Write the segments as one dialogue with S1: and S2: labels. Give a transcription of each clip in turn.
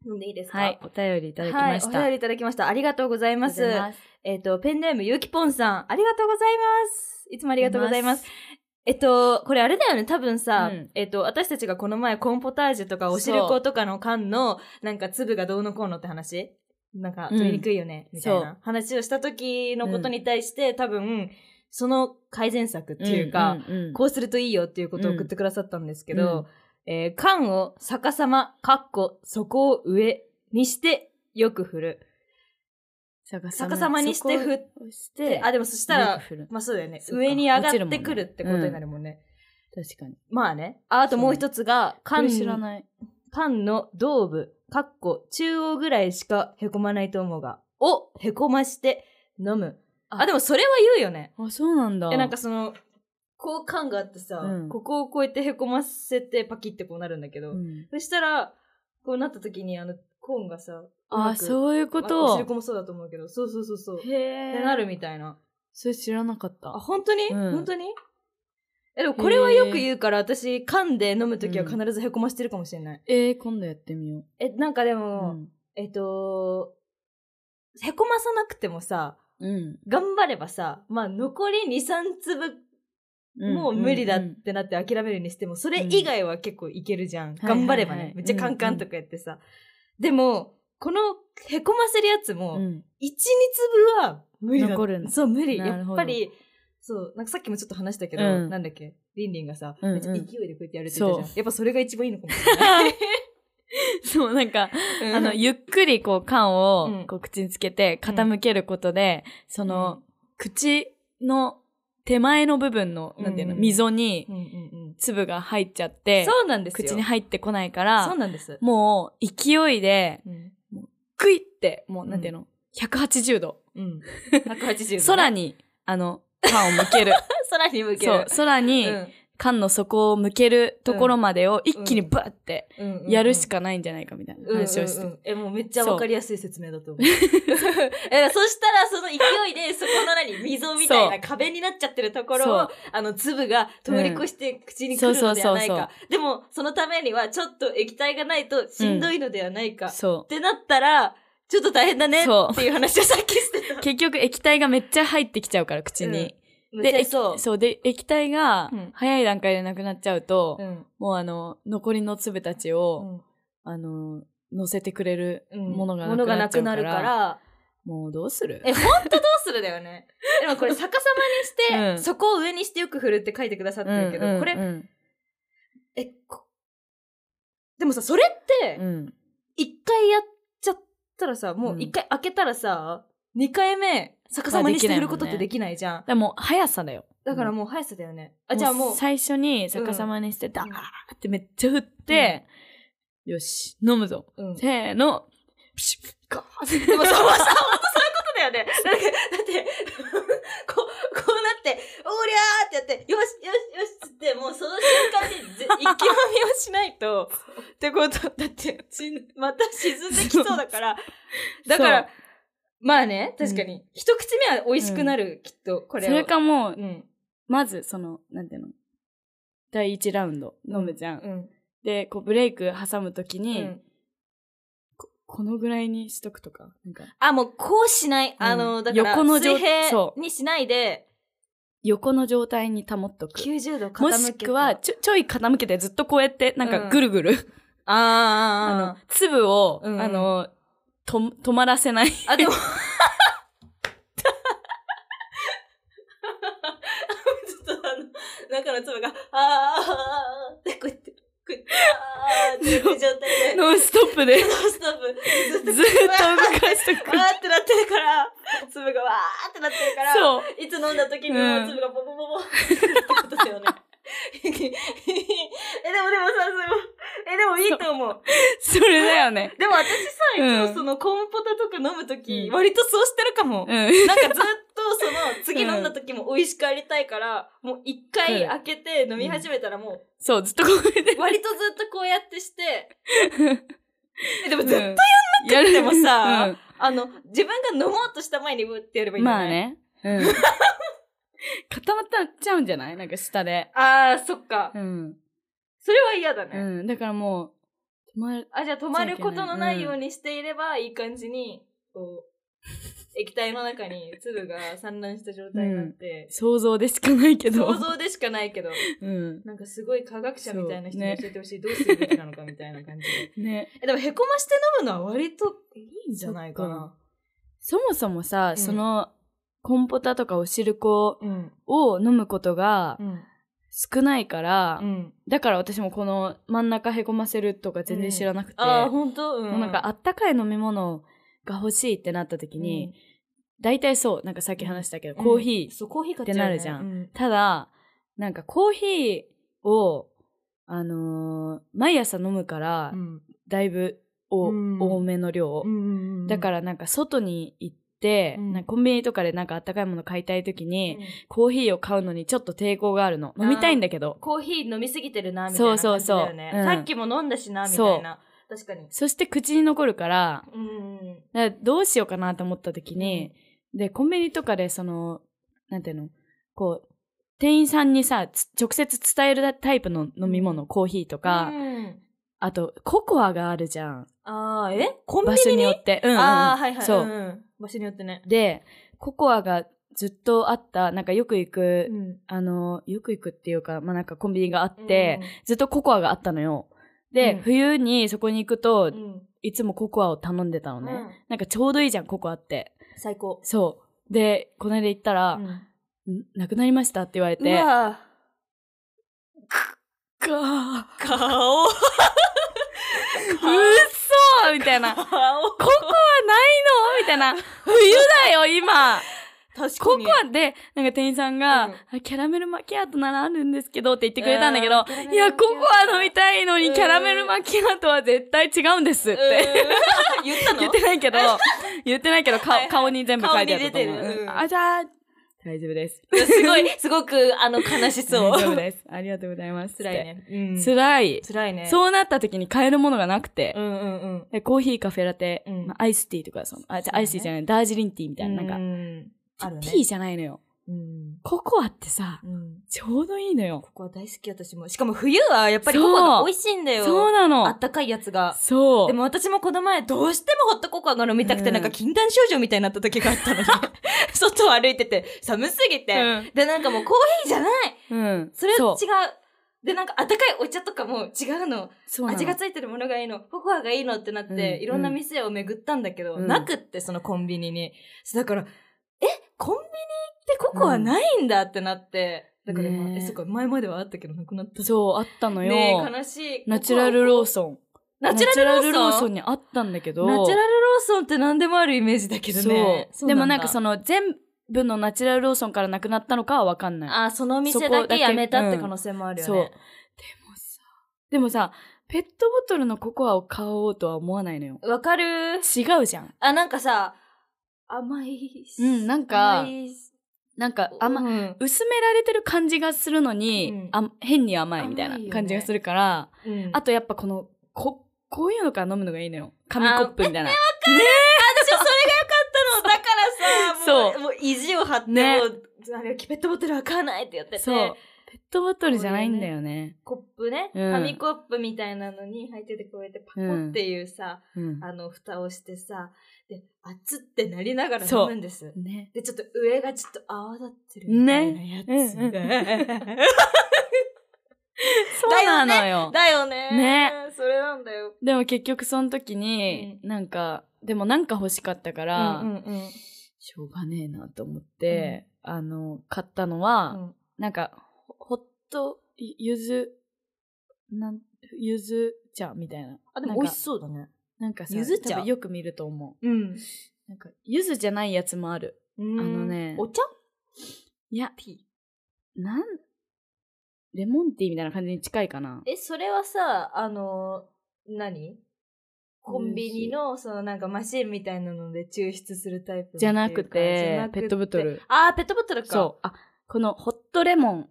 S1: 読んでいいですか
S2: はい、お便りいただきまし
S1: は
S2: た。
S1: い、お便りいただきました。ありがとうござい
S2: あ
S1: ま
S2: りが
S1: す。
S2: とうございます。
S1: えっ、と、ペンネームゆきぽんさん、ありがとうございます。いつもあ
S2: あ
S1: りがとうございます。。えっと、これあれだよね、多分さ、
S2: うん
S1: えっと、私たちがこの前コーンポタージュとかお汁粉とかの缶の、なんか粒がどうのこうのって話なんか
S2: うん
S1: 取りにくいよね、みたい
S2: そ
S1: な話をした時のことに対して、多分、その改善策っていうか、
S2: んんん
S1: こうするといいよっていうことを送ってくださったんですけ
S2: うんうん
S1: ど、えー缶を逆さま、かっこ、底を上にして、よく振る。
S2: 逆
S1: 逆さまにして振っ、
S2: そこをして
S1: あ、でもそした
S2: よ
S1: ら
S2: く、振る
S1: まあそうだよね。
S2: そっか
S1: 上に上が
S2: 落
S1: っ
S2: ち
S1: て
S2: るも
S1: く
S2: んね
S1: るってことになるもんね。
S2: 確かに。
S1: まあね。ああともう一つが、
S2: こ
S1: 缶
S2: れ知らない。
S1: 缶の胴部、かっこ中央ぐらいしかへこまないと思うが、をへこまして飲む。あ、
S2: あ
S1: でもそれは言うよね。
S2: あ、そうなんだ。
S1: え、なんかその、こう缶があってさ、
S2: うん
S1: ここをこうやってへこませてパキってこうなるんだけど、
S2: うん
S1: そしたら、こうなった時にあの、コーンがさ、
S2: あ、
S1: う
S2: そういうこ
S1: まくまあお
S2: と
S1: 汁。粉もそうだと思うけど、そうそうそうそう。っ
S2: へえ。
S1: てなるみたいな。
S2: それ知らなかった。
S1: あ、本当に、
S2: うん
S1: 本当にえ、でもこれはよく言うから、私、缶で飲むときは必ずへこましてるかもしれない。
S2: えー、今度やってみよ
S1: え、なんかで
S2: う。
S1: も、
S2: ん。
S1: えっと、へこまさなくてもさ、
S2: うん
S1: 頑張ればさ、まあ残り2、3粒
S2: ん
S1: もう無理だっ
S2: ん
S1: てなって諦めるにしても、それ以外は結構いけるじゃん。頑張ればね、
S2: はいはいはい
S1: めっちゃカンカンとかやってさ。でも、このへこませるやつも、
S2: う
S1: 1、2
S2: ん
S1: 粒は無理だ
S2: 残るんだ
S1: そう、無理。
S2: な
S1: や
S2: る
S1: っ
S2: ほど
S1: ぱり、そう、なんかさっきもちょっと話したけど、
S2: うん
S1: なんだっけ、リンリンがさ、
S2: うんうん
S1: めっちゃ勢いでこうやってやるって言ったじゃ
S2: そ
S1: ん。やっぱそれが一番いいのかもしれない
S2: そう、なんか、
S1: うん。
S2: あの、ゆっくりこう缶
S1: うん
S2: をこう口につけて傾けることで、その、口の手前の部分の、なんていうの、
S1: うん
S2: 溝に
S1: うんうんうん
S2: 粒が入っちゃって、
S1: そうなんですよ。
S2: 口に入ってこないか
S1: そ
S2: ら
S1: う、なんです。
S2: もう勢いで、
S1: うん。
S2: クイって、もうなんていうの、180度、
S1: うん。180度。
S2: 空
S1: に、
S2: に、あの、缶を向ける。
S1: 空に 向け
S2: そう
S1: る、。
S2: 空に缶の底を向けるところまでを一気にバッて
S1: うん。
S2: やるし
S1: か
S2: かないんじゃないかみたいな話をし
S1: う
S2: て
S1: んうんうんえ、もうめっちゃわかりやすい説明だと思う。え、 そしたらその勢いで、そこの何、溝みたい
S2: そ
S1: な
S2: う
S1: 壁になっちゃってるところ
S2: そ
S1: を
S2: う、
S1: あの、粒が通り越して口に来るのではない
S2: そうそうそう
S1: か。でも、そのためには、ちょっと液体がないとしんどいのではないか。っ
S2: そう。
S1: てなったら、ちょっと大変だね
S2: そう
S1: っていう話をさっき してた。
S2: 結局液体がめっちゃ入ってきちゃうから、口に。
S1: むっちゃ
S2: で、
S1: そう
S2: 液。そう。で、液体が
S1: うん
S2: 早い段階でなくなっちゃうと、
S1: うん
S2: もうあの、残りの粒たちを、あの、乗せてくれるものがなくなっちゃ
S1: ものがなく
S2: うから、
S1: なるから、
S2: もうどうする
S1: え、ほんとどうするだよね。でもこれ逆さまにして、
S2: うん
S1: そこを上にしてよく振るって書いてくださってるけど、
S2: うんうん
S1: これ、
S2: うん
S1: え、こでもさ、それって
S2: う、ん
S1: 一回やっちゃったらさ、もう一回開けたらさ、二、回目、逆さまにして振ることってできないじゃん。
S2: でも、速さだよ。
S1: だから
S2: も
S1: もう速さだよね。
S2: う
S1: あ、じゃあもう、
S2: 最初に逆さまにして、ダーってめっちゃ振って、よし、飲むぞ。
S1: うん
S2: せーの。プシュガー
S1: でもそう、そう、ほんとそういうことだよね。なんかだって、 こう、こうなって、おりゃーってやって、よし、よし、よしっつって、もうその瞬間にぜ一気飲みをしないと、ってこと、だって、しんまた沈んできそうだから、だから、まあね、確かに、一口目は美味しくなる、きっと、こ
S2: そ
S1: れ
S2: れ
S1: も、
S2: かもう
S1: う、ん。
S2: まず、その、なんていうの第1ラウンド飲むじゃん。
S1: うん。
S2: で、こう、ブレイク挟むとき
S1: う
S2: に、
S1: ん
S2: こ、このぐらいにしとくとか。なんか
S1: あ、もう、こうしない。あの、だから、
S2: 横の状
S1: 水平
S2: そう
S1: にしないで、
S2: 横の状態に保っとく。
S1: 90度傾けた
S2: もしくは、、ちょ、ちょい傾けてずっとこうやって、なん
S1: うん
S2: かぐるぐる、
S1: あ
S2: あ
S1: あ
S2: の、粒を、
S1: うん
S2: あの、と、止まらせ ない。
S1: あ、でも。ちょっとあの、中の妻が、あーあーあーってこうやって、こうやって、あーあーっていう状態で、
S2: ノンストップで、ずっ
S1: ストップ、
S2: と
S1: ずっと、
S2: 動かしとく。
S1: わーってなってるから、粒がわーってなってるから、
S2: そう。
S1: いつ飲んだ時に
S2: う
S1: も
S2: ん
S1: 粒がボボボ ボってことだよね。 え、でもでもさ、それも、え、でもいいと思う。
S2: それだよね。
S1: でも私さ、いつ
S2: う
S1: も
S2: ん
S1: そのコーンポタとか飲むとき、
S2: うん
S1: 割とそうしてるかも。
S2: うん。
S1: なんかずっとその次飲んだ時も美味しくありたいから、もう一回開けて飲み始めたらも
S2: そう、ずっとこうやって
S1: う。割とずっとこうやってして、えでも
S2: うん
S1: ず、
S2: やる
S1: でもさ
S2: うん
S1: あの、自分が飲もうとした前にブってやればいいんだ
S2: まあ。ね。うん。 固まっちゃうんじゃないなんか下で。
S1: あー、そっか
S2: う。ん。
S1: それは嫌だ
S2: う
S1: ね。
S2: ん。だからもう、まる
S1: あ、じゃあ止まることのないようにしていれば、いい感じに、こ う、液体の中に粒が散乱した状態になって、
S2: 想像でしかないけど。
S1: 想像でしかないけど、
S2: うん。
S1: なんかすごい科学者みたいな人
S2: そう
S1: に
S2: ね
S1: 教えてほしい、どうするべきなのかみたいな感じで。
S2: ね。
S1: え、でもへこまして飲むのは割といいんじゃないかな。
S2: そもそもさ、
S1: ん
S2: その、コンポタとかおしるこ
S1: うん。
S2: を飲むことが
S1: うん。
S2: 少ないから、
S1: うん。
S2: だから私もこの真ん中へこませるとか全然知らなくて、
S1: ああ、ほんとうん。
S2: もうなんかあったかい飲み物が欲しいってなった時に、大体そう、なんかさっき話したけど、
S1: うん、
S2: コーヒー、
S1: そう、コーヒー買
S2: ってなるじゃん
S1: ん。
S2: ただ、なんかコーヒーを、あのー毎朝飲むから
S1: う、ん。
S2: だいぶお、
S1: うん
S2: 多めの量、
S1: うん
S2: だからなんか外に行って、
S1: うん
S2: なんかコンビニとかでなんかあったかいもの買いたい時
S1: う
S2: に、
S1: ん
S2: コーヒーを買うのにちょっと抵抗があるの。飲みたいんだけど。
S1: コーヒー飲みすぎてるな、みたいな
S2: そ
S1: 感
S2: う
S1: じ
S2: そうそう
S1: だよね。
S2: うん
S1: さっきも飲んだしな、みたいな。確かに。
S2: そして口に残るから、
S1: うん。
S2: だからどうしようかなと思った時に、で、コンビニとかでその、なんていうのこう、店員さんにさ、つ直接伝えるタイプの飲み物、コーヒーとか、
S1: うん
S2: あと、ココアがあるじゃん。
S1: ああ、えコンビ
S2: 場所
S1: ニ
S2: に
S1: に
S2: よって。うん、うん。
S1: ああ、はいはい。
S2: そう、
S1: ん。場所によってね。
S2: で、ココアがずっとあった、なんかよく行く、
S1: ん。
S2: あの、よく行くっていうか、まあ、なんかコンビニがあって、、ずっとココアがあったのよ。で、
S1: うん
S2: 冬にそこに行く
S1: う
S2: と、
S1: ん。
S2: いつもココアを頼んでたのね、
S1: うん
S2: なんかちょうどいいじゃん、ココアって。
S1: 最高。
S2: そう。で、この間行ったら、
S1: うん
S2: んなくなりましたって言われ
S1: う
S2: て、
S1: わ
S2: かー
S1: ぁ 顔
S2: うっそーみた いな。ココ
S1: 顔
S2: アないのみたいな。冬だよ、今
S1: 確か
S2: ココ
S1: に。
S2: アで、なんか店員さんが、
S1: うん
S2: あキャラメルマキアートならあるんですけどって言ってくれたんだけ
S1: う
S2: ど
S1: んキャラメルマキアー、ト
S2: いや、ココア飲みたいのに
S1: うん
S2: キャラメルマキアートは絶対違うんですっ
S1: う
S2: て。
S1: ん言ったの
S2: 言ってないけど、言ってないけど、
S1: はい
S2: 顔
S1: はい
S2: 顔に全部書いてあったと思う。
S1: 顔に出てるうん
S2: うんあ、じゃあ、大丈夫です。
S1: いやすごい、すごく、あの、悲しそう。
S2: 大丈夫です。ありがとうございます。
S1: 辛いね。う
S2: って。
S1: ん
S2: 辛い。
S1: 辛いね。う。
S2: そうなった時に買えるものがなくて
S1: う、んうんうん。
S2: でコーヒー、カフェラテ、
S1: うん
S2: まあアイスティーとか、そのあ、じ
S1: そうだ
S2: ゃあ
S1: ね
S2: アイスティーじゃない、ダージリンティーみたいな、
S1: う
S2: なんか、
S1: んあるね。
S2: ティーじゃないのよ。
S1: うん。
S2: ココアってさ、
S1: うん。
S2: ちょうどいいのよ。
S1: ここは大好き私も。しかも冬はやっぱり
S2: そ
S1: コ
S2: う
S1: コアが美味しいんだよ。
S2: そうなの。
S1: あったかいやつが。
S2: そう。
S1: でも私もこの前どうしてもホットココアが飲みたくて、
S2: うん
S1: なんか禁断症状みたいになった時があったの で、外を歩いてて寒すぎて、
S2: うん
S1: でなんかもうコーヒーじゃない
S2: うん。
S1: それは
S2: う
S1: 違う。で、なんか温かいお茶とかも違うの。
S2: そうなの
S1: 味がついてるものがいいの。ココアがいいのってなって、
S2: うん
S1: いろんな店を巡ったんだけど、
S2: うん
S1: なくってそのコンビニに。だから、えコンビニってココアないんだってなって。
S2: うん
S1: だから、まあ
S2: ね
S1: え、
S2: え
S1: そっか、前まではあったけどなくなった。
S2: そう、あったのよ。
S1: ねえ悲しい。
S2: ナチュラルロー
S1: ン。
S2: ソン。
S1: ナチュラルローソン
S2: ナチュラルローソンにあったんだけど。
S1: ナチュラルローソンって何でもあるイメージだけどね。
S2: そう。でもなんかそ
S1: の、
S2: の全部のナチュラルローソンからなくなったのかはわかんない。
S1: あ、その
S2: そ
S1: 店
S2: こ
S1: だ
S2: だけ
S1: けやめたって可能性もあるよ
S2: そう。で
S1: ね。
S2: もさ、でもさ、ペットボトルのココアを買おうとは思わないのよ。
S1: わかる
S2: 違うじゃん。
S1: あ、なんかさ、甘い。
S2: うんなんか
S1: 甘い
S2: なんか、あんま、
S1: うん
S2: 薄められてる感じがするのに、
S1: う
S2: あ変に甘いみたいな
S1: 甘いよね
S2: 感じがするから、
S1: うん
S2: あとやっぱこの、こ、こういうのから飲むのがいいのよ。紙コップみたいな。
S1: 私はそれが良かったの。だ からさ、もう、もう意地を張って、
S2: ね
S1: もう、あれ、ペットボトルは買わないってやってて、
S2: そう。ペットボトルじゃないんだよね。
S1: コップね、
S2: うん
S1: 紙コップみたいなのに入ってて、こうやってパコっていうさ、
S2: うん
S1: あの、蓋をしてさ、で、熱ってなりながら
S2: そう
S1: 飲むんです。
S2: ね。
S1: で、ちょっと上がちょっと泡立ってるみたいなやつ。
S2: ねうんそう
S1: だよ
S2: な
S1: ね
S2: のよ。
S1: だよね。
S2: ね。
S1: それなんだよ。
S2: でも結局その時に、
S1: う
S2: なんか、でもなんか欲しかったか
S1: う
S2: ら、
S1: んうん
S2: しょうがねえなと思って、あの、買ったのは、
S1: うん。
S2: なんか、ほほっと、ゆゆず、なん、ゆず茶みたいな。
S1: あ、で
S2: な
S1: も
S2: んか
S1: 美味しそうだね。
S2: なんかさ、
S1: ゆず茶
S2: 多分よく見ると思
S1: うん。
S2: う。なんか、ゆずじゃないやつもある。
S1: あの
S2: ね
S1: お茶
S2: いや、
S1: ティー
S2: なん、レモンティーみたいな感じに近いかな。
S1: え、それはさ、あの、何コンビニの、そのなんかマシンみたいなので抽出するタイプの
S2: じゃなくて
S1: じゃなく
S2: ペットボトル
S1: あー、ペットボトルか。
S2: そう。あ、このホットレモン。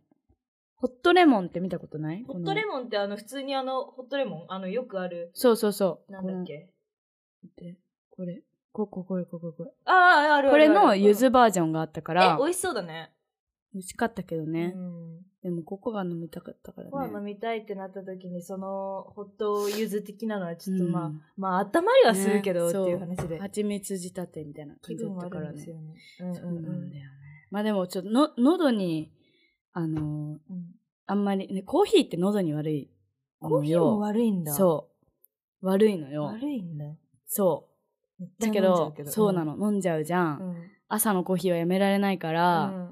S2: ホットレモンって見たことない
S1: ホットレ
S2: ン
S1: モンってあの、普通にあの、ホットレモンあの、よくある、
S2: そうそうそう。
S1: なんだっけ。
S2: この見てこれ。こここれこれこれこれ。
S1: あー、あるあるある
S2: これのゆずバージョンがあったから
S1: え、美、味しそうだね。
S2: 美味しかったけどね
S1: う。ん
S2: でもココが飲みたかったからね。
S1: ココア飲みたいってなった時にそのホットゆず的なのはちょっとまあ、
S2: うん
S1: まあ温まりはするけどっていう話で、
S2: 蜂蜜仕立てみたいな
S1: 気
S2: 感じだ
S1: 分
S2: っ
S1: もあ
S2: たか
S1: る
S2: ら
S1: んです
S2: ね
S1: よ。ね。うん
S2: そううな
S1: ん
S2: んだ
S1: う
S2: よ
S1: ん
S2: ね。まあでもちょっとの、喉に、あのー、
S1: うん
S2: あんまり、ね、コーヒーって喉に悪い
S1: コー
S2: の
S1: ヒー
S2: よ。
S1: も悪いんだ。
S2: そう。悪いのよ。
S1: 悪いんだ。
S2: そ
S1: めっ
S2: う。
S1: ちゃ
S2: だ
S1: 飲ん
S2: け
S1: じゃ
S2: ど、そうな。の。飲んじゃうじゃん。
S1: うんうん
S2: 朝のコーヒーはやめられないから、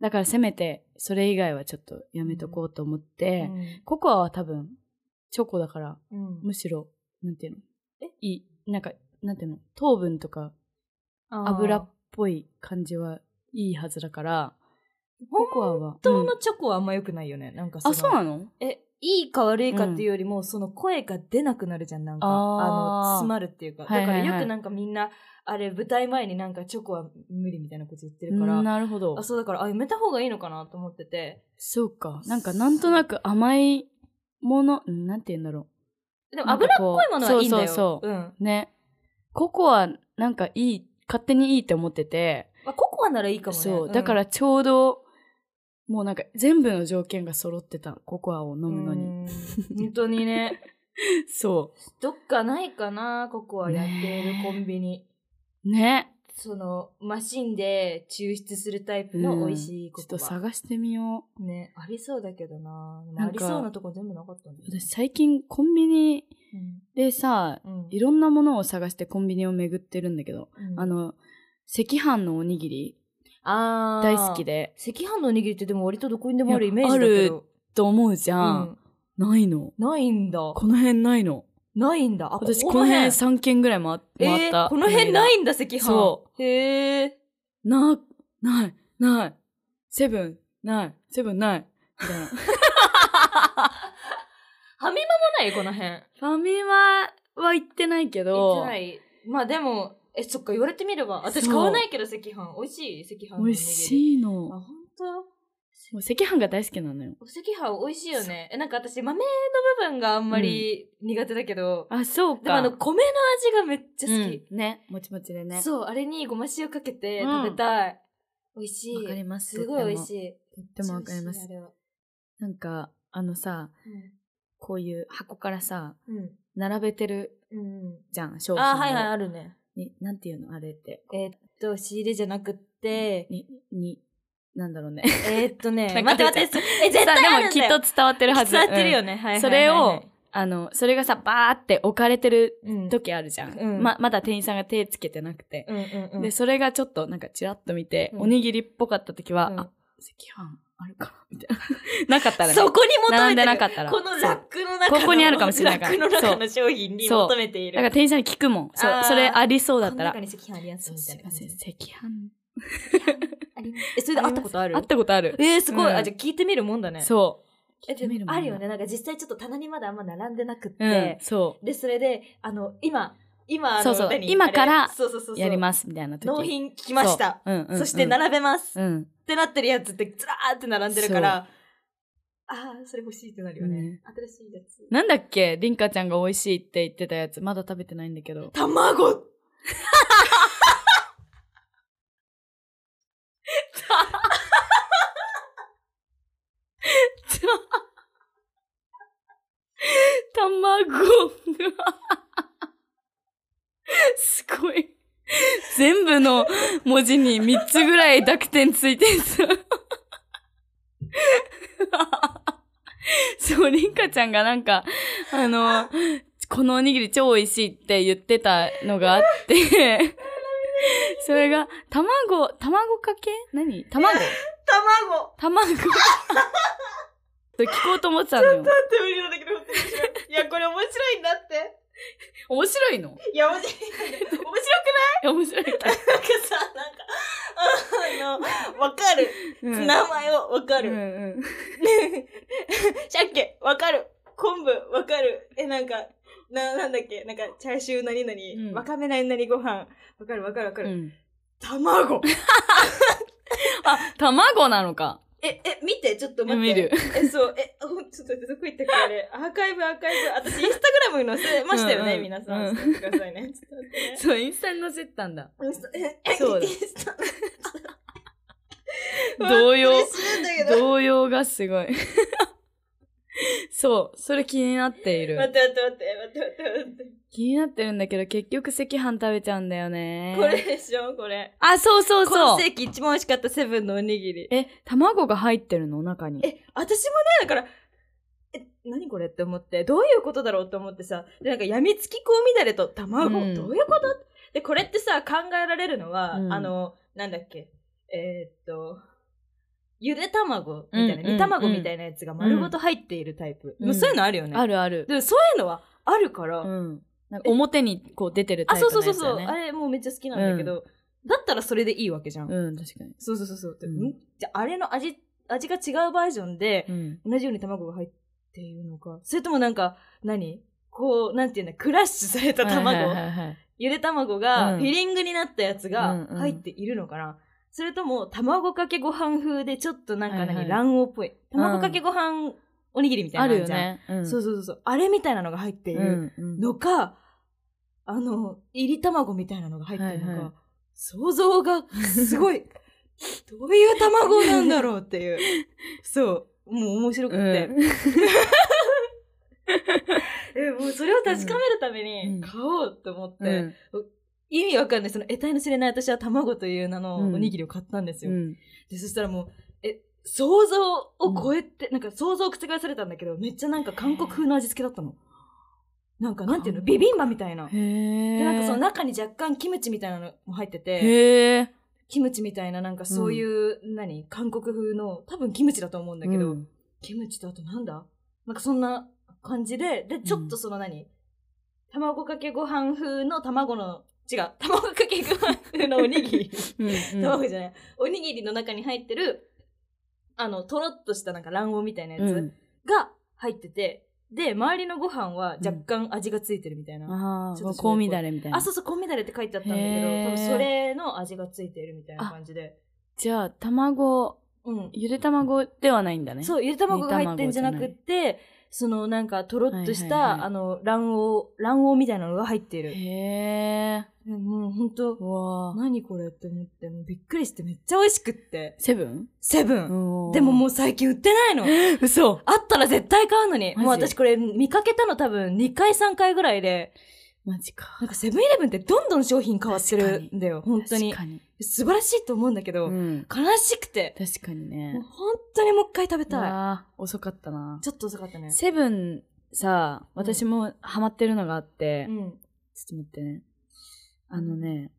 S2: だからせめて、それ以外はちょっとやめとこうと思って、ココアは多分、チョコだから、
S1: うんうん
S2: むしろ、なんていうの
S1: え
S2: いい、なんか、なんていうの糖分とか
S1: あー
S2: 油っぽい感じはいいはずだから、ココアは。
S1: 本当
S2: う
S1: の
S2: ん
S1: チョコはあんま良くないよね。なんか
S2: あ、そう
S1: の
S2: なの
S1: え、いいか悪いかっていうよりも、その声が出なくなるじゃん、なんか。
S2: あー
S1: あの、詰まるっていうか。だ
S2: はい
S1: か
S2: はいは
S1: ら
S2: い
S1: よくなんかみんな、あれ、舞台前になんかチョコは無理みたいなこと言ってるか
S2: うん
S1: ら。
S2: なるほど
S1: あ、。そうだから、あ、やめた方がいいのかなと思ってて。
S2: そうか。なんか、なんとなく甘いもの、うんなんて言うんだろ
S1: でも
S2: なんか
S1: 油っ
S2: こう
S1: ぽいものはいいんだよ。。
S2: そうそう
S1: ん。
S2: う。ね。ココア、なんかいい、勝手にいいって思ってて、
S1: まあ、ココアならいいかもね。
S2: そう。
S1: ん
S2: だから、ちょうど、もうなんか全部の条件が揃ってた、ココアを飲むのに。
S1: うん本当にね。
S2: そ
S1: どっかないかな、ココアやっているコンビニ。
S2: う。ね。
S1: その、マシンで抽出するタイプの美味しいココ
S2: うんちょっと
S1: ア。
S2: 探してみよ
S1: ね、ありそうだけどな。でも
S2: なんか
S1: ありそうなとこ全部なかったんだ
S2: う。
S1: よね
S2: 私、最近コンビニ
S1: うん
S2: でさ、
S1: うん
S2: いろんなものを探してコンビニを巡ってるんだけど、
S1: うん
S2: あの、赤飯のおにぎり
S1: あー
S2: 大好き。で、
S1: 赤飯のおにぎりってでも割とどこにでもあるイ
S2: いや
S1: メージだけど。
S2: と思うじゃ。
S1: うん
S2: ないの。
S1: ん。ないんだ。
S2: この辺ないの。
S1: ないんだ。あ、
S2: 私、
S1: こ
S2: こ
S1: の
S2: の辺
S1: 辺。
S2: 3軒ぐらい回っ
S1: え
S2: 回った。
S1: ーこの辺な
S2: 間
S1: いんだ、赤飯。。
S2: そ う
S1: へえ。
S2: な、ない、ない。セブン、ない。セブン、ない。み たいな。フ
S1: ファミマもない、この辺。
S2: ァミマは行ってないけ
S1: 行
S2: ど、
S1: ってない。まあでも、え、そっか、言われてみれば。私
S2: そう
S1: 買わないけど、赤飯。美味しい赤飯のお
S2: 美
S1: に
S2: 味
S1: ぎり。
S2: しいの。
S1: あ、
S2: も
S1: 本当。
S2: う赤飯が大好きなのよ。
S1: お赤飯美味しいよね。え、なんか私、豆の部分があんまり苦手だけど、
S2: あ、そう
S1: でもあの、
S2: 好
S1: 米の味がめっちゃ好き。
S2: ね。もちもちでね。
S1: そう、あれにごま塩かけて
S2: うん
S1: 食べたい。美味しい。
S2: わかります
S1: すごい美味しい。
S2: とってもわかりま
S1: 美味
S2: す。
S1: しいあれは
S2: なんか、あのさ、こういう箱からさ、
S1: うん。うん
S2: 並べてる
S1: うん
S2: じゃん、商品を
S1: あー、はいはい、あるね。
S2: に、なんていうのあれって。
S1: えーっと、仕入れじゃなくっ て、
S2: に、に、なんだろうね。
S1: えーっとね、
S2: なん
S1: 待って
S2: か
S1: 待って、え、絶対
S2: さ
S1: あ
S2: で
S1: る
S2: も
S1: ん
S2: き
S1: だ
S2: っ
S1: よ。
S2: と伝わってるはず。
S1: 伝わってるよね。はいはい
S2: ね。
S1: はいはい
S2: それを、あの、それがさ、バーって置かれてる
S1: うん、
S2: 時あるじゃん。
S1: うん
S2: ま、まだ店員さんが手つけてなくて。
S1: うんうんうん。
S2: で、それがちょっとなんかチラッと見て、
S1: うん
S2: おにぎりっぽかった時は、
S1: うん
S2: あ、赤飯あるかなみたいな。な かったらね。
S1: そこに求めてる。
S2: 並んでなかったら。
S1: このラックの中
S2: そ
S1: の
S2: うここにあるかもしれないか
S1: ラッ
S2: ら
S1: クの中の商品に
S2: そう
S1: 求めてい
S2: そう
S1: る。
S2: だから店員さんに聞くもん。そ
S1: あー
S2: うそれありそうだったら
S1: この中。に赤飯ありやす
S2: そ
S1: いうみ
S2: す
S1: たい
S2: い
S1: な
S2: ま
S1: 感
S2: せん、
S1: じで。
S2: 赤飯。
S1: ありますえ、それで会ったことある
S2: あったことある。
S1: えー、すごい。
S2: うん
S1: あ、じゃあ聞いてみるもんだね。う。
S2: そう。
S1: え、でもあるよね。
S2: ね。
S1: なんか実際ちょっと棚にまだあんま並んでなくっ
S2: うん
S1: て、。
S2: そ
S1: で、それで、あの、今、今、あの
S2: そうそう
S1: 何
S2: 今から
S1: あれそうそうそう
S2: う。
S1: そう
S2: やります、みたいな時。
S1: 納品聞きました。
S2: そう。うんうんうん。
S1: そして並べます。っ
S2: うん。
S1: てなってるやつって、ずらーって並んでるから、あー、それ欲しいってなるよね
S2: ね。
S1: 新しいやつ。
S2: なんだっけリンカちゃんが美味しいって言ってたやつ。まだ食べてないんだけ ど。
S1: 卵
S2: 卵が。 すごい。全部の文字に3つぐらい濁点ついてんす。そう、リンカちゃんがなんか、あの、このおにぎり超美味しいって言ってたのがあって、それが、卵、卵かけ何卵
S1: 卵
S2: 卵。 それ聞こうと思ってたのよ。
S1: って無理なんだけど、本当に面白い。いや、これ面白いんだって。
S2: 面白いの
S1: いや、面白い。面白くない
S2: いや面白いけど。
S1: なんかさ、なんか、あの、わかる。
S2: うん
S1: 名前はわか
S2: うん
S1: る。
S2: うん。
S1: 鮭、わかる。昆布、わかる。え、なんか、な、なんだっけなんか、チャーシュー何々、
S2: うん
S1: わかめ何々ご飯。わかるわかるわかる。
S2: うん
S1: 卵
S2: あ、卵なのか。
S1: え、え、見て、ちょっと待って。
S2: 見る。
S1: え、そう、え、ほんちょっと待ってどこ行ったっけあれ。アーカイブ、アーカイブ。私、インスタグラムに載せましたよね、
S2: うんうん
S1: 皆さ。
S2: うんん
S1: ちょっと待ってくださいね。ちょっと待ってね
S2: そう、インスタに載せてたんだ。
S1: インスタええ
S2: そうだ
S1: インスタ
S2: 動揺
S1: 本当に死ぬんだけど。
S2: 動揺がすごい。 そう、それ気になってい
S1: 待っ
S2: る。
S1: て待って待って待って待って待って。
S2: 気になってるんだけど、結局赤飯食べちゃうんだよね。
S1: これでしょこれ。
S2: あ、そうそうそ
S1: 今
S2: う。
S1: 世紀一番美味しかったセブンのおにぎり。
S2: え、卵が入ってるの中に。
S1: え、私もね、だから、え、何これって思って、どういうことだろうって思ってさ、で、なんか、やみつき香乱れと卵、
S2: うん
S1: どういうことで、これってさ、考えられるのは、
S2: うん
S1: あの、なんだっけ、えーっと、ゆで卵みたいな、
S2: うんうん
S1: 煮卵みたいなやつが丸ごと入っているタイプ。
S2: うん
S1: そういうのあるよね。
S2: あるある。
S1: でもそういうのはあるから、
S2: うん。なんか表にこう出てるタ
S1: あ、
S2: イ
S1: そ
S2: プ
S1: うそう
S2: の
S1: そ
S2: や
S1: う
S2: つ
S1: そう、
S2: だね。
S1: あれもうめっちゃ好きなんだけど、だったらそれでいいわけじゃん。
S2: うん、確かに。
S1: そうそうそうそう。で
S2: うん
S1: んじゃあ、あれの味、味が違うバージョンで、
S2: うん。
S1: 同じように卵が入っているのかそれともなんか何こうなんていうんだクラッシュされた卵、
S2: はいはいはいはい
S1: ゆで卵
S2: う
S1: が
S2: ん
S1: フィリングになったやつ
S2: うん
S1: が
S2: うん
S1: 入っているのかな、それとも卵かけご飯風でちょっとなんか何、
S2: はいはい
S1: 卵黄っぽい卵かけご飯おにぎりみたいな
S2: あ
S1: の
S2: るよ
S1: じゃん、
S2: ね。うん。
S1: そうそうそうそうあれみたいなのが入っている
S2: うん
S1: のか、あの入り卵みたいなのが入っているのか、
S2: はいはい
S1: 想像がす ごいどういう卵なんだろうっていうそうもう面白く
S2: う
S1: て、
S2: ん。
S1: えもうそれを確かめるため
S2: うん
S1: に買おうと思って、
S2: うん
S1: 意味わかんないその得体の知れない私は卵という名のおにぎりを買ったんですよ、
S2: うん
S1: でそしたらもうえ想像を超えて、なんか想像を覆されたんだけどめっちゃなんか韓国風の味付けだったのなんかなんていうの
S2: 韓
S1: ビ
S2: 国
S1: ビンバみたいな
S2: へ
S1: で
S2: え。
S1: なんかその中に若干キムチみたいなのも入ってて
S2: へえ。
S1: キムチみたいななんかそういう、何韓国風の多分キムチだと思うんだけど、
S2: うん
S1: キムチとあとなんだなんかそんな感じで、で、ちょっとその何、卵かけご飯風の卵の、違う、卵かけご飯風のおにぎり、
S2: うん うん
S1: 卵じゃない、おにぎりの中に入ってる、あの、とろっとしたなんか卵黄みたいなや
S2: う
S1: つ
S2: ん
S1: が入ってて、で、周りのご飯は若干味がついてるみたいな。
S2: あ
S1: ちょっと
S2: あ、
S1: それっぽい
S2: 香味だれみたいな。
S1: あ、そうそう、コンビダレって書いてあったんだけど、
S2: へー
S1: 多分それの味がついてるみたいな感じで。
S2: じゃあ、卵、
S1: うん。
S2: ゆで卵ではないんだね。
S1: そう、ゆで卵が入ってんじゃなくて、そのなんかとろっとした、
S2: はいはいはい
S1: あの、卵黄、卵黄みたいなのが入っている。
S2: へえ。
S1: もうほんと、
S2: うわあ。
S1: 何これって思って、もうびっくりしてめっちゃ美味しくって。
S2: セブン
S1: セブン。でももう最近売ってないの。
S2: う、 嘘
S1: あったら絶対買うのに。
S2: マジ
S1: もう私これ見かけたの多分2回3回ぐらいで、
S2: マジか。
S1: なんかセブンイレブンってどんどん商品変わってるんだよ。本当に
S2: 確。かに。
S1: 素晴らしいと思うんだけど、
S2: うん。
S1: 悲しくて。
S2: 確かに
S1: もう
S2: ね。
S1: 本当にもう一回食べ
S2: う
S1: たい。
S2: わー遅かったな。
S1: ちょっと遅かったね。
S2: セブンさ、私もハマってるのがあって、
S1: うん。
S2: ちょっと待ってね。あのね、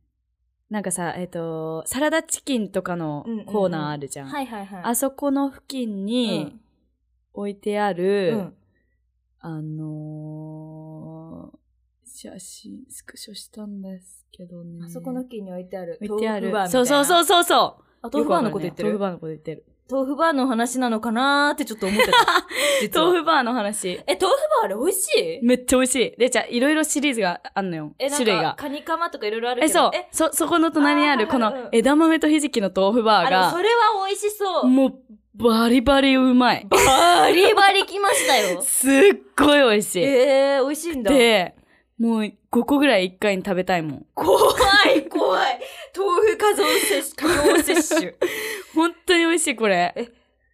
S2: なんかさ、えっ、と、サラダチキンとかの
S1: うんうんうん
S2: コーナーあるじゃん。
S1: はいはいはい。
S2: あそこの付近に置いてある、
S1: うん
S2: あのー写真、スクショしたんですけどね。
S1: あそこの木に置いてある
S2: 置いてあ
S1: 豆
S2: る。
S1: 腐バーみたいな
S2: そうそうそうそうそう。
S1: あ豆腐バーのこと言ってる、
S2: よくわかんない豆腐バーのこと言ってる。
S1: 豆腐バーの話なのかなーってちょっと思ってた実は
S2: 豆腐バーの話。
S1: え豆腐バーあれ美味しい
S2: めっちゃ美味しい。で、じゃあ、いろいろシリーズがあんのよ。
S1: えなん
S2: 種
S1: か
S2: 類が。
S1: カニカマとかいろいろある
S2: え、
S1: け
S2: そう
S1: どえ。
S2: そ、そこの隣にあ
S1: あ
S2: る、
S1: ー
S2: こ
S1: うんうん
S2: の枝豆とひじきの豆腐バ
S1: あれ
S2: ー
S1: そ
S2: が、
S1: れは美味しそう
S2: もう、バリバリうまい。
S1: バリバリきました よ
S2: すっごい美味しい。
S1: えー、美味しいんだ
S2: で、もう5個ぐらい1回に食べたいもん。
S1: 怖い怖い豆腐過剰摂取過剰摂取
S2: 本当に美味しい、これ。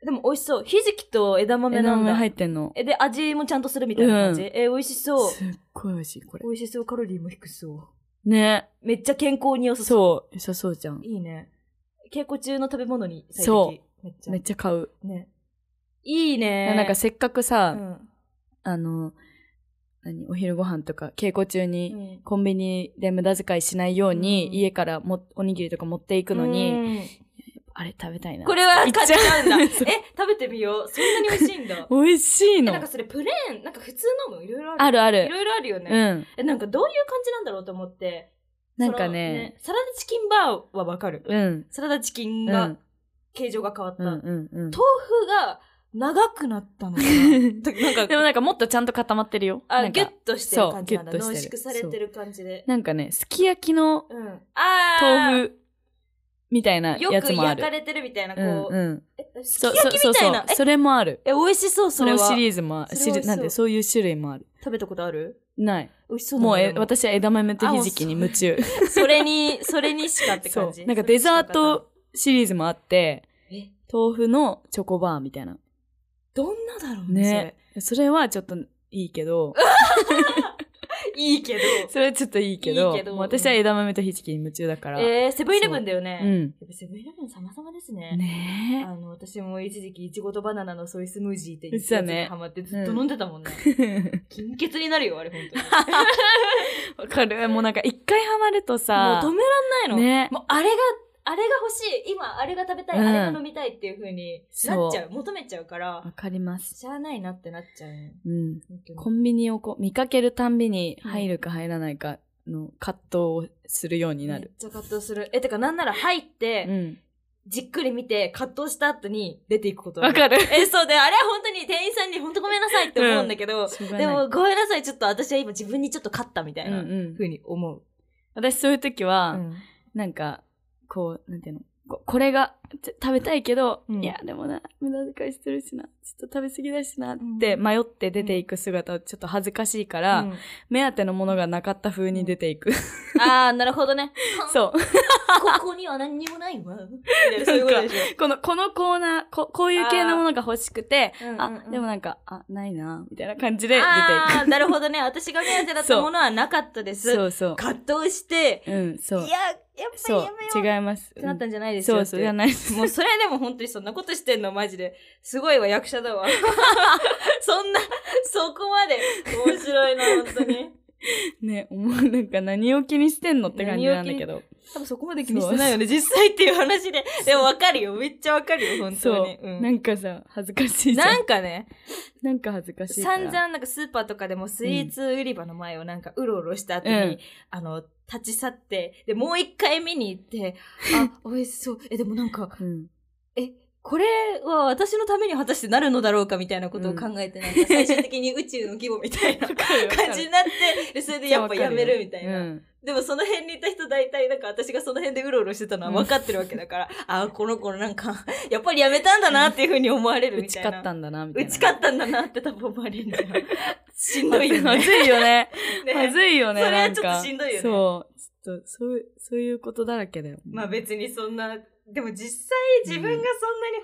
S1: でも美味しそうひじきと枝豆
S2: 枝
S1: なん
S2: 豆
S1: だ
S2: 入ってんの。
S1: えで味もちゃんとするみたいな感じ、
S2: うん
S1: えー美味しそう
S2: すっごい美味しい、これ
S1: 美。味しそうカロリーも低そ
S2: ね。
S1: うめっちゃ健康に良さそう
S2: そう、良さそうじゃん。
S1: いいね。稽古中の食べ物に最適。。
S2: そう
S1: めっちゃ。
S2: めっちゃ買う。
S1: ね。いいね。
S2: なんかせっかく
S1: う
S2: さ、
S1: ん、
S2: あの、何、お昼ご飯とか、稽古中に、
S1: うん
S2: コンビニで無駄遣いしないように、
S1: うん
S2: 家からもおにぎりとか持っていくのに、あれ食べたいな。
S1: これは買っちゃうんだ。
S2: い
S1: え
S2: っちゃう そう、
S1: 食べてみよう。そんなに美味しいんだ。え
S2: 美味しい
S1: なん
S2: の
S1: か。それプレーン、なんか普通のもいろいろあ
S2: あ
S1: る。
S2: るあ
S1: い
S2: る。
S1: ろいろあるよね、
S2: うん。
S1: え。なんかどういう感じなんだろうと思って。
S2: なんか
S1: その
S2: ね、
S1: サラダチキンバーはわかる。
S2: うん。
S1: サラダチキン
S2: う
S1: が、
S2: ん。
S1: 形状が変わった。
S2: うん。
S1: 豆
S2: うん。うん。
S1: 腐が長くなったのかななんか
S2: で もなんかもっとちゃんと固まってるよ。
S1: あ
S2: なん
S1: ギュッ
S2: か
S1: としてる感じなんだ。
S2: そうギュ
S1: 濃
S2: ッとして
S1: 縮
S2: る
S1: されてる感じで。
S2: なんかね、すき焼きの
S1: うん。あー
S2: 豆腐みたいなや
S1: よく
S2: つもあ
S1: 焼
S2: る。
S1: かれてるみたいな、こう、
S2: うんうん。
S1: えすき
S2: そう
S1: 焼きみたいな。
S2: そうそうそうそれもある。
S1: え、え美味しそう、そ
S2: そ
S1: れ
S2: の
S1: は。
S2: シリーズもある。
S1: それ美味しそう
S2: シリなんでそういう種類もある。
S1: 食べたことある
S2: ない。
S1: 美味しそうだね
S2: もうえ
S1: でも
S2: 私は枝豆とひじきに 夢中。
S1: それに、それにしかって
S2: そ
S1: 感
S2: う
S1: じ。
S2: なんかデザー
S1: それにしかわかんない
S2: トシリーズもあって、
S1: え
S2: 豆腐のチョコバーみたいな。
S1: どんなだろう
S2: ね。それはちょっといいけど、
S1: それいいけど。
S2: それはちょっといいけど、
S1: いいけど
S2: もう私は枝豆とひじきに夢中だから。
S1: えー、セブンイレブンだよね。
S2: う
S1: やっ
S2: ん。
S1: ぱセブンイレブン様々ですね。
S2: ね
S1: あの、私も一時期、いちごとバナナのソイスムージーって
S2: そうだね
S1: ハマってずっと飲んでたもんね。
S2: え。
S1: 貧血になるよ、あれ、本当に。
S2: わかる。 もうなんか一回ハマるとさ、
S1: もう止めらんないの。
S2: ね
S1: もうあれが、あれが欲しい。今、あれが食べたい、
S2: うん
S1: あれが飲みたいっていう風に
S2: そう
S1: なっちゃう。求めちゃうから
S2: わ、かります。
S1: しゃあないなってなっちゃうね。
S2: うん。
S1: 本当に
S2: コンビニをこう見かけるたんびに入るか入らないかの葛藤をするようにな
S1: めっ
S2: る。
S1: ちゃ葛藤する。え、てか、なんなら入って、
S2: うん。
S1: じっくり見て、葛藤した後に出ていくこと
S2: わかる。
S1: え、そうで、あれは本当に店員さんに本当ごめんなさいって思うんだけど、で
S2: で
S1: も、ごめんなさい、ちょっと私は今自分にちょっと勝ったみた
S2: う
S1: い
S2: んう
S1: な、
S2: ん
S1: ふ、うに思う。
S2: 私そういう時
S1: う
S2: は、
S1: ん
S2: なんか、こう、なんていうの、ここれがちょ食べたいけど、
S1: うん
S2: いや、でもな、無駄遣いしてるしな、ちょっと食べ過ぎだしなって迷って出ていく姿はちょっと恥ずかしいから、
S1: うん
S2: 目当てのものがなかった風に出ていく。
S1: あー、なるほどね。
S2: そう。
S1: ここには何にもないわ。みたい なそういうことでし
S2: この、このコーナー、ここういう系のものが欲しくて、
S1: ょ。
S2: あ、で
S1: ん
S2: も
S1: か、
S2: なんか、あ、ないな、みたいな感じで出てい
S1: あー、なるほどね。私が目当てだったものはなかったで
S2: く。
S1: す。
S2: そうそう。
S1: 葛藤して、
S2: うん、そ
S1: いうや、。やっぱり
S2: そ
S1: や
S2: う
S1: めよ、う。
S2: 違います。
S1: ってなったんじゃないですよっ
S2: そう
S1: て。
S2: そう、じゃないです。
S1: もうそれでも本当にそんなことしてんの、マジで。すごいわ、役者だ わ。そんな、そこまで面白いな、本当に。
S2: ね、もうなんか何を気にしてんのって感じなんだけど。
S1: 多分そこまで
S2: 気にしてない
S1: よね、実際っていう話で。でもわかるよ、めっちゃわかるよ、本
S2: そ
S1: 当
S2: う
S1: に。、
S2: な
S1: うん
S2: んかさ、恥ずかしいじゃん。
S1: な
S2: なん
S1: んかね、
S2: か恥ずかしいから。
S1: 散々なんかスーパーとかでもスイーツ売り場の前をなんかうろうろした後に、
S2: うん
S1: あの、立ち去って、で、もう一回見に行って、あ、美味しそう。え、でもなんか、
S2: うん。
S1: これは私のために果たしてなるのだろうかみたいなことを考えて、なんか最終的に宇宙の規模みたい な 感じになって、でそれでやっぱやめるみたいな。
S2: うん
S1: でもその辺にいた人大体なんか私がその辺でうろうろしてたのは分かってるわけだから、ああ、この子なんか、やっぱりやめたんだなっていうふうに思われる
S2: 打
S1: み
S2: ち
S1: たいな。
S2: 勝ったんだな、みたい
S1: 打
S2: な。
S1: ち勝ったんだなって多分思われるんだよ。 しんどいよ
S2: ま
S1: ね。
S2: ずいよね。
S1: ね
S2: まずいよね。
S1: それは
S2: なん
S1: ちょっ
S2: か
S1: としんどいよね
S2: そう。ちょっと、そういう、そういうことだらけだよ。
S1: まあ別にそんな、でも実際自分がそんなに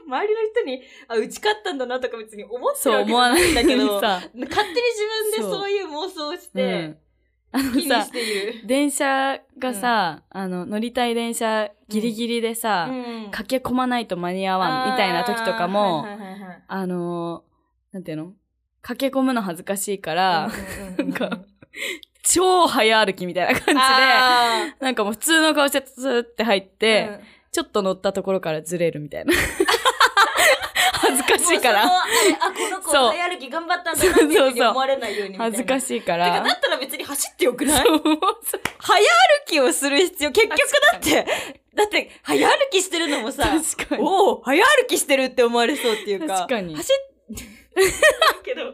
S1: 周りの人に、あ、打ち勝ったんだなとか別に思ってる
S2: そう
S1: わけじ
S2: 思
S1: ゃ
S2: わ
S1: な
S2: ないい
S1: ん
S2: ん
S1: だ
S2: だ
S1: け
S2: け
S1: ど
S2: ど、、さ。
S1: 勝手に自分
S2: そ
S1: で
S2: う
S1: そういう妄想をし
S2: う
S1: て
S2: ん、。あ
S1: 気
S2: の
S1: に
S2: さ
S1: し、ている。
S2: 電車がさ、あの、乗りたい電車ギリギリでさ、
S1: うん
S2: 駆け込まないと間に合わんみたいな時とかも、
S1: あー
S2: あ,、
S1: はいはいはいはい
S2: のーなんていうの駆け込むの恥ずかしいから、
S1: うんうんうんうん
S2: なんか超早歩きみたいな感じ
S1: あー
S2: で、なんかもう普通の顔してスーって入って、ちょっと乗ったところからずれるみたいな。恥ずか
S1: うん
S2: しいか
S1: もうそ
S2: ら。
S1: のあれあこの子
S2: そう
S1: 早歩き頑張ったんだなっていうふうに思われないようにみたいな
S2: 恥ずか
S1: しい
S2: しいか
S1: てからだ。ったら別に走ってよくない
S2: そう
S1: 早歩きをする必要結局だってだって早歩きしてるのもさ
S2: 確かに。
S1: おお早歩きしてるって思われそうっていうか
S2: 確かに
S1: 走っけど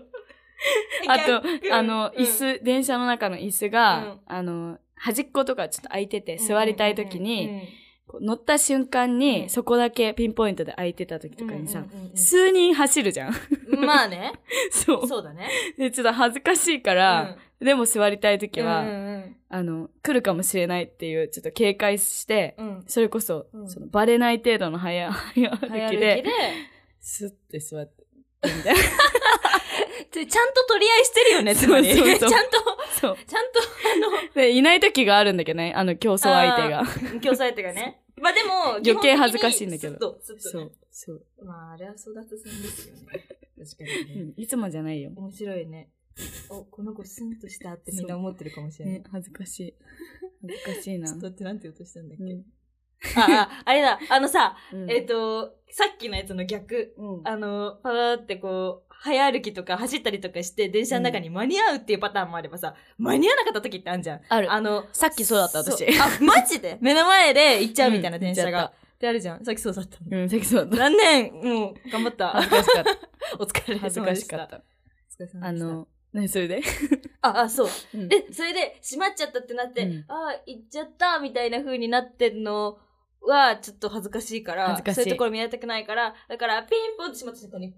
S2: あと、あの、
S1: うん
S2: 椅子、電車の中の椅子が、
S1: うん
S2: あの、端っことかちょっと空いてて、座りたい時
S1: う
S2: に、
S1: んうんうん
S2: こう乗った瞬間に、
S1: うん
S2: そこだけピンポイントで空いてた時とかにさ、
S1: うんうんうんうん
S2: 数人走るじゃん。
S1: まあね
S2: そう。
S1: そうだね
S2: で、ちょっと恥ずかしいから、でも座りたい時は、
S1: うんうん
S2: あの、来るかもしれないっていう、ちょっと警戒して、
S1: うんうん
S2: それこそ、
S1: うん
S2: そのバレない程度の早 早歩
S1: 早
S2: き
S1: 歩き
S2: で、
S1: で
S2: スッて座って。
S1: でちゃんと取り合いしてるよねつまりち
S2: そう
S1: ゃ
S2: そうん
S1: と
S2: そう
S1: ちゃん
S2: そう。
S1: とあの
S2: で、いない時があるんだけどね、あの、競争相手が。
S1: 競争相手がね。まあでも、
S2: 余計恥ずかしいんだけど
S1: 基本的にスッと、スッと
S2: そ
S1: ね
S2: う、そう、
S1: まあ、あれは育つさんですよね。確か
S2: う
S1: にね。
S2: ん。いつもじゃないよ。
S1: 面白いね。お、この子スンとしたってみんな思ってるかもしれない。
S2: ね、恥ずかしい。恥ずかしいな
S1: ちょっ。とってなんて言おうとしたんだっけ、
S2: うん
S1: ああ、あれだ、あのさ、
S2: うん
S1: えっ、と、さっきのやつの逆。
S2: うん
S1: あの、パワーってこう、早歩きとか走ったりとかして、電車の中に間に合うっていうパターンもあればさ、間に合わなかった時ってあるじゃん。
S2: ある。
S1: あの、
S2: さっきそうだった、私
S1: そ。うあ、マジで 目の前で行っちゃうみたいな
S2: うん
S1: 電車
S2: 行っ
S1: が
S2: ち。
S1: であるじゃん。さっきそうだったの。
S2: うん、さっきそうだった。
S1: 残念もう、頑張った
S2: 恥。ずかしかった。
S1: お疲れ様で
S2: 恥
S1: した。
S2: ずかしかった。
S1: お疲れ様でした。
S2: あの、ね、それで
S1: あ、あ、そう。
S2: う ん
S1: で、それで、閉まっちゃったってなって、
S2: うん
S1: あー、行っちゃった、みたいな風になってんのは、ちょっと恥ずかしいから、
S2: 恥ずかしい
S1: そういうところ見られたくないから、だから、ピンポンって閉まった瞬間 に、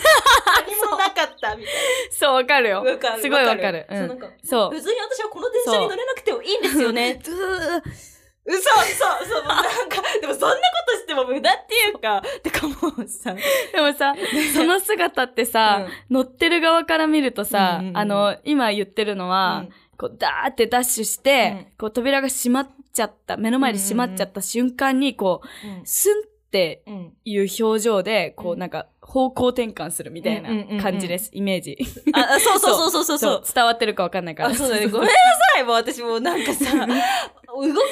S1: 何もなかった、みたい
S2: そう、わかるよ
S1: な。わかる
S2: すごいわかる。う
S1: そう、なん
S2: ん
S1: か、
S2: そう
S1: 普。通に私はこの電車に乗れなくてもいいんですよね。
S2: ずー
S1: 嘘そうそう、もうなんか、でもそんなことしても無駄っていうか、てかもうさ、
S2: でもさ、その姿ってさ、乗ってる側から見るとさ、
S1: うんうんうん
S2: あの、今言ってるの
S1: う
S2: は、
S1: ん
S2: こう、ダーってダッシュして、こう、扉が閉まっちゃった、目の前で閉まっちゃった瞬間に、こう、スンって
S1: うん
S2: いう表情で、こ
S1: う
S2: う、
S1: ん
S2: なんか、方向転換するみたいな
S1: うんうんうんうん
S2: 感じです、イメージ。
S1: あ、あそうそうそうそうそうそう。
S2: 伝わってるかわかんないから。
S1: あ、そう だね。ごめんなさい。もう私もうなんか さ、動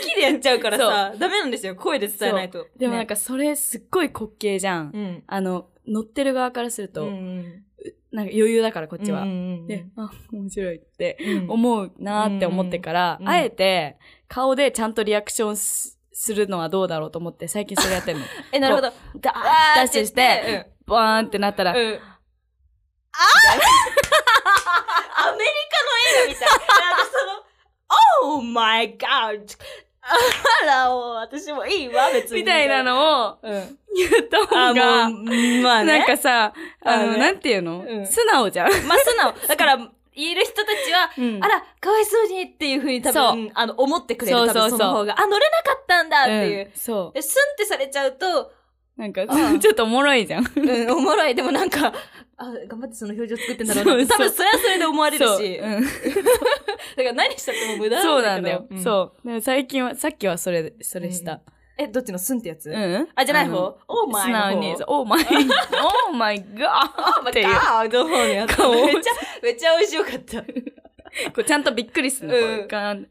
S1: きでやっちゃうからさ、ダメなんですよ。声で伝えないと。
S2: でもなん
S1: か、
S2: か、それすっごい滑稽じゃん。
S1: うん。
S2: あの、乗ってる側からすると、
S1: うん
S2: なんか余裕だから、こっちは。
S1: うんうんうん
S2: で、あ、面白いって。
S1: うん
S2: 思うなーって思ってから、
S1: うんうん
S2: あえて顔でちゃんとリアクションすするのはどうだろうと思って最近それやってる の。
S1: え、なるほど。
S2: ダー
S1: あ
S2: ダッシュして、、バーンってなった
S1: うん。
S2: ら、
S1: うん。あーアメリカの映画みたい。なんかその、Oh my god! あら、もう私もいいわ、別に。
S2: みたいな。のを
S1: うん。
S2: 言った方が、
S1: あ、もう、まあね。
S2: なんかさ、あ
S1: まあ
S2: の、
S1: ね
S2: なんていうの、
S1: うん
S2: 素直じゃん。
S1: まあ、素直。だから、言える人たちは、あら、かわいそうにっていうふうに多
S2: そ
S1: 分、あの、思ってくれる。
S2: そう
S1: 多分
S2: そ
S1: そう
S2: そう
S1: の方が、あ、乗れなかったんだっていう。
S2: うんそ
S1: で、スンってされちゃう と、
S2: う。なんか、
S1: ん
S2: ちょっとおもろいじゃん。
S1: うん、おもろい。でもなんか、あ、頑張ってその表情作ってんだろうなって。
S2: そ
S1: 多
S2: うそ
S1: 分
S2: う
S1: それはそれで思われる
S2: そう
S1: し。
S2: うん
S1: だから何したっても無駄
S2: そうなんだよ。
S1: う。
S2: そう。でも最近は、さっきはそれ、それした。
S1: え、どっちのスンってやつ
S2: うん、うん、
S1: あ、じゃない
S2: の
S1: 方オーマイ
S2: 素直に、オー マイ、オーマイガーっていう。
S1: ああ、どうもね。めっちゃ
S2: 顔、
S1: めっちゃ美味しよか った。あ、閉まっち
S2: こうちゃんとびっくりするの。
S1: うん
S2: こうガーン
S1: ゃっ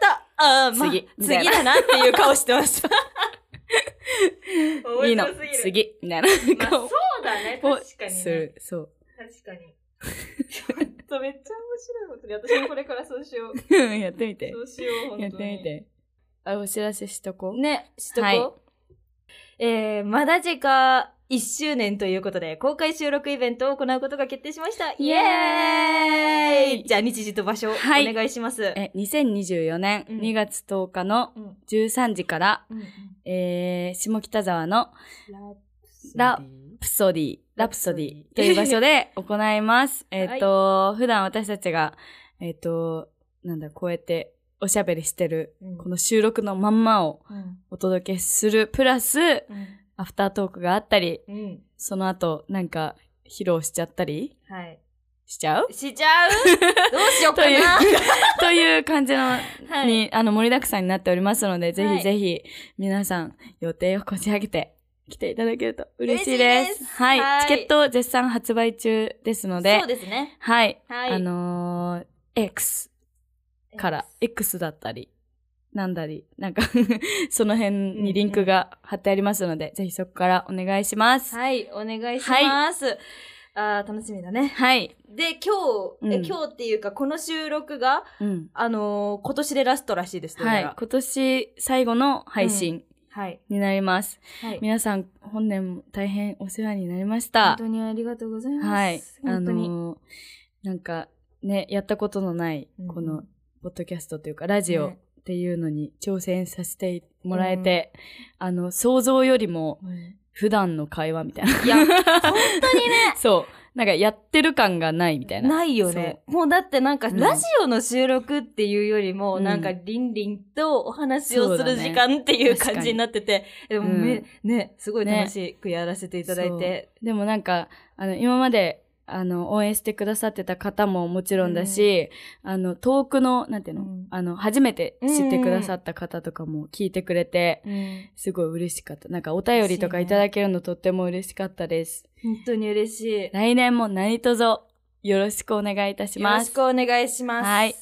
S1: た。ああ、まあ
S2: 次みたい
S1: 次
S2: な
S1: だなっていう顔してま した。
S2: いいの、次、みたいな
S1: まあ、
S2: 顔
S1: そうだね。
S2: を
S1: 確かに、
S2: す
S1: ね。
S2: る。そう。
S1: 確か に。ちょっとめっちゃ面白いことで、私もこれからそうしよう。
S2: うんやってみて
S1: そ。うしよう、本当に。
S2: やってみ。て。あ、お知らせしとこう。
S1: ね、しとこう。
S2: はい
S1: えー、まだじか1周年ということで、公開収録イベントを行うことが決定しました。イ
S2: イ
S1: エ
S2: エ
S1: ー
S2: ー
S1: イ
S2: イ
S1: じゃあ、日時と場所、
S2: はい
S1: お願いします。
S2: え、2024年
S1: うん
S2: 2月10日の
S1: うん
S2: 13時から、
S1: うん
S2: えー、下北沢の
S1: ラ
S2: ラ
S1: プソ
S2: プソディ、ラプソディ
S1: ラプソディ
S2: という場所で行 います。えっと、普段私たちが、えっと、なんだ、こうやっておしゃべりしてる、
S1: ディ
S2: この収録のまんまを
S1: うん
S2: お届けする、プラス、
S1: う
S2: アフタートークがあったり、
S1: んうん
S2: その後、なんか、披露しちゃったり
S1: はい。
S2: し ちゃう
S1: しちゃうどうしようかな
S2: とという感じの、
S1: は
S2: に、あの、盛りだくさんになっておりますので、ぜ
S1: はい
S2: ひぜひ、皆さん、予定をこじ上げて、来ていただけると嬉しいで
S1: 嬉し
S2: す。
S1: いです
S2: はい、
S1: はい
S2: チケット絶賛発売中ですので、
S1: そうですね。
S2: はい。
S1: はい。
S2: あのー X から、X だったり、なんだり、なんか、 その辺にリンクが貼ってありますので、ぜひそこからお願いします。
S1: はい、お願いします。あー楽しみだね。
S2: はい。
S1: で、今日、え
S2: うん
S1: 今日っていうか、この収録が、
S2: うん。
S1: あのー今年でラストらしいです。どう
S2: は
S1: や
S2: い
S1: ら。
S2: 今年最後の配信
S1: はい。
S2: になります。
S1: はい。
S2: 皆さん、本年も大変お世話になりまし
S1: 本
S2: た。
S1: 当にありがとうございます。
S2: はい。あ
S1: 本当に。
S2: のーなんか、ね、やったことのない
S1: うん、
S2: この、ポッドキャストというか、ラジオっ
S1: ね
S2: ていうのに挑戦させてもらえて、あの、想像よりも、普段の会話みたい な。
S1: いや、本当にね、
S2: そう。なんか、やってる感がないみたいな。
S1: ないよね。もうだってなんか、
S2: うん
S1: ラジオの収録っていうよりも、
S2: うん
S1: なんか、りんりんとお話をす
S2: そうだ
S1: る
S2: ね
S1: 時間っていう
S2: 確かに
S1: 感じになってて、でもめ、ね、すごい楽しくやらせていただいて。
S2: でもなんか、あの、今まで、あの、応援してくださってた方ももちろんだし、あの、遠くの、なんていうの、
S1: うん
S2: あの、初めて知ってくださった方とかも聞いてくれて、
S1: うん
S2: すごい嬉しかった。なんか、お便りとかいただけるのとっても嬉しかったです。
S1: 本当に嬉しい。
S2: 来年も何卒よろしくお願いいたし
S1: よろ
S2: ま
S1: し
S2: す。
S1: くお願いします。
S2: はい。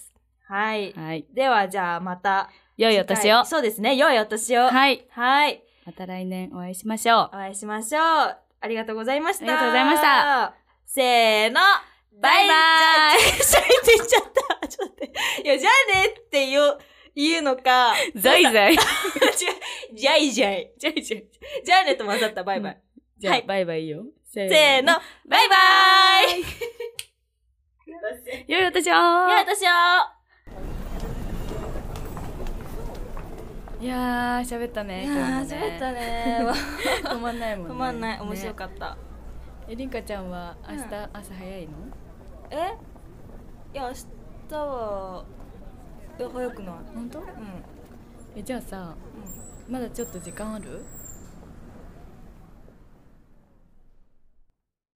S1: はい。
S2: はい。
S1: では、じゃあまた。
S2: 良いお年を。
S1: そうですね。良いお年を。はい。
S2: はい。また来年お会いしま しょう
S1: お。会いしましょう。ありがとうございました。
S2: ありがとうございました。
S1: せーの。
S2: バイバ
S1: イ。じゃあじゃあじゃあじゃあ言っちゃった。ちょっと待って。いや、じゃあねって言う、言うの か。違
S2: ザイザ イ。
S1: う。じゃいじゃい。じゃいじゃい。じゃあねと混ざった。バイバイ。
S2: じゃあ、
S1: はい
S2: バイバイよ。せ
S1: せーの。。バイバイ。
S2: 良いお年を。
S1: 良いお年を。
S2: いやー、喋ったね。
S1: いやー、喋ったね。
S2: た。止まんないもん ね。
S1: 止まんない。面白
S2: っ
S1: かった。
S2: た。え、りんかちゃんは明
S1: う
S2: 日
S1: ん
S2: 朝早いの
S1: えいや明日はいや早くない
S2: 本当
S1: うん
S2: えじゃあさまだちょっと時間ある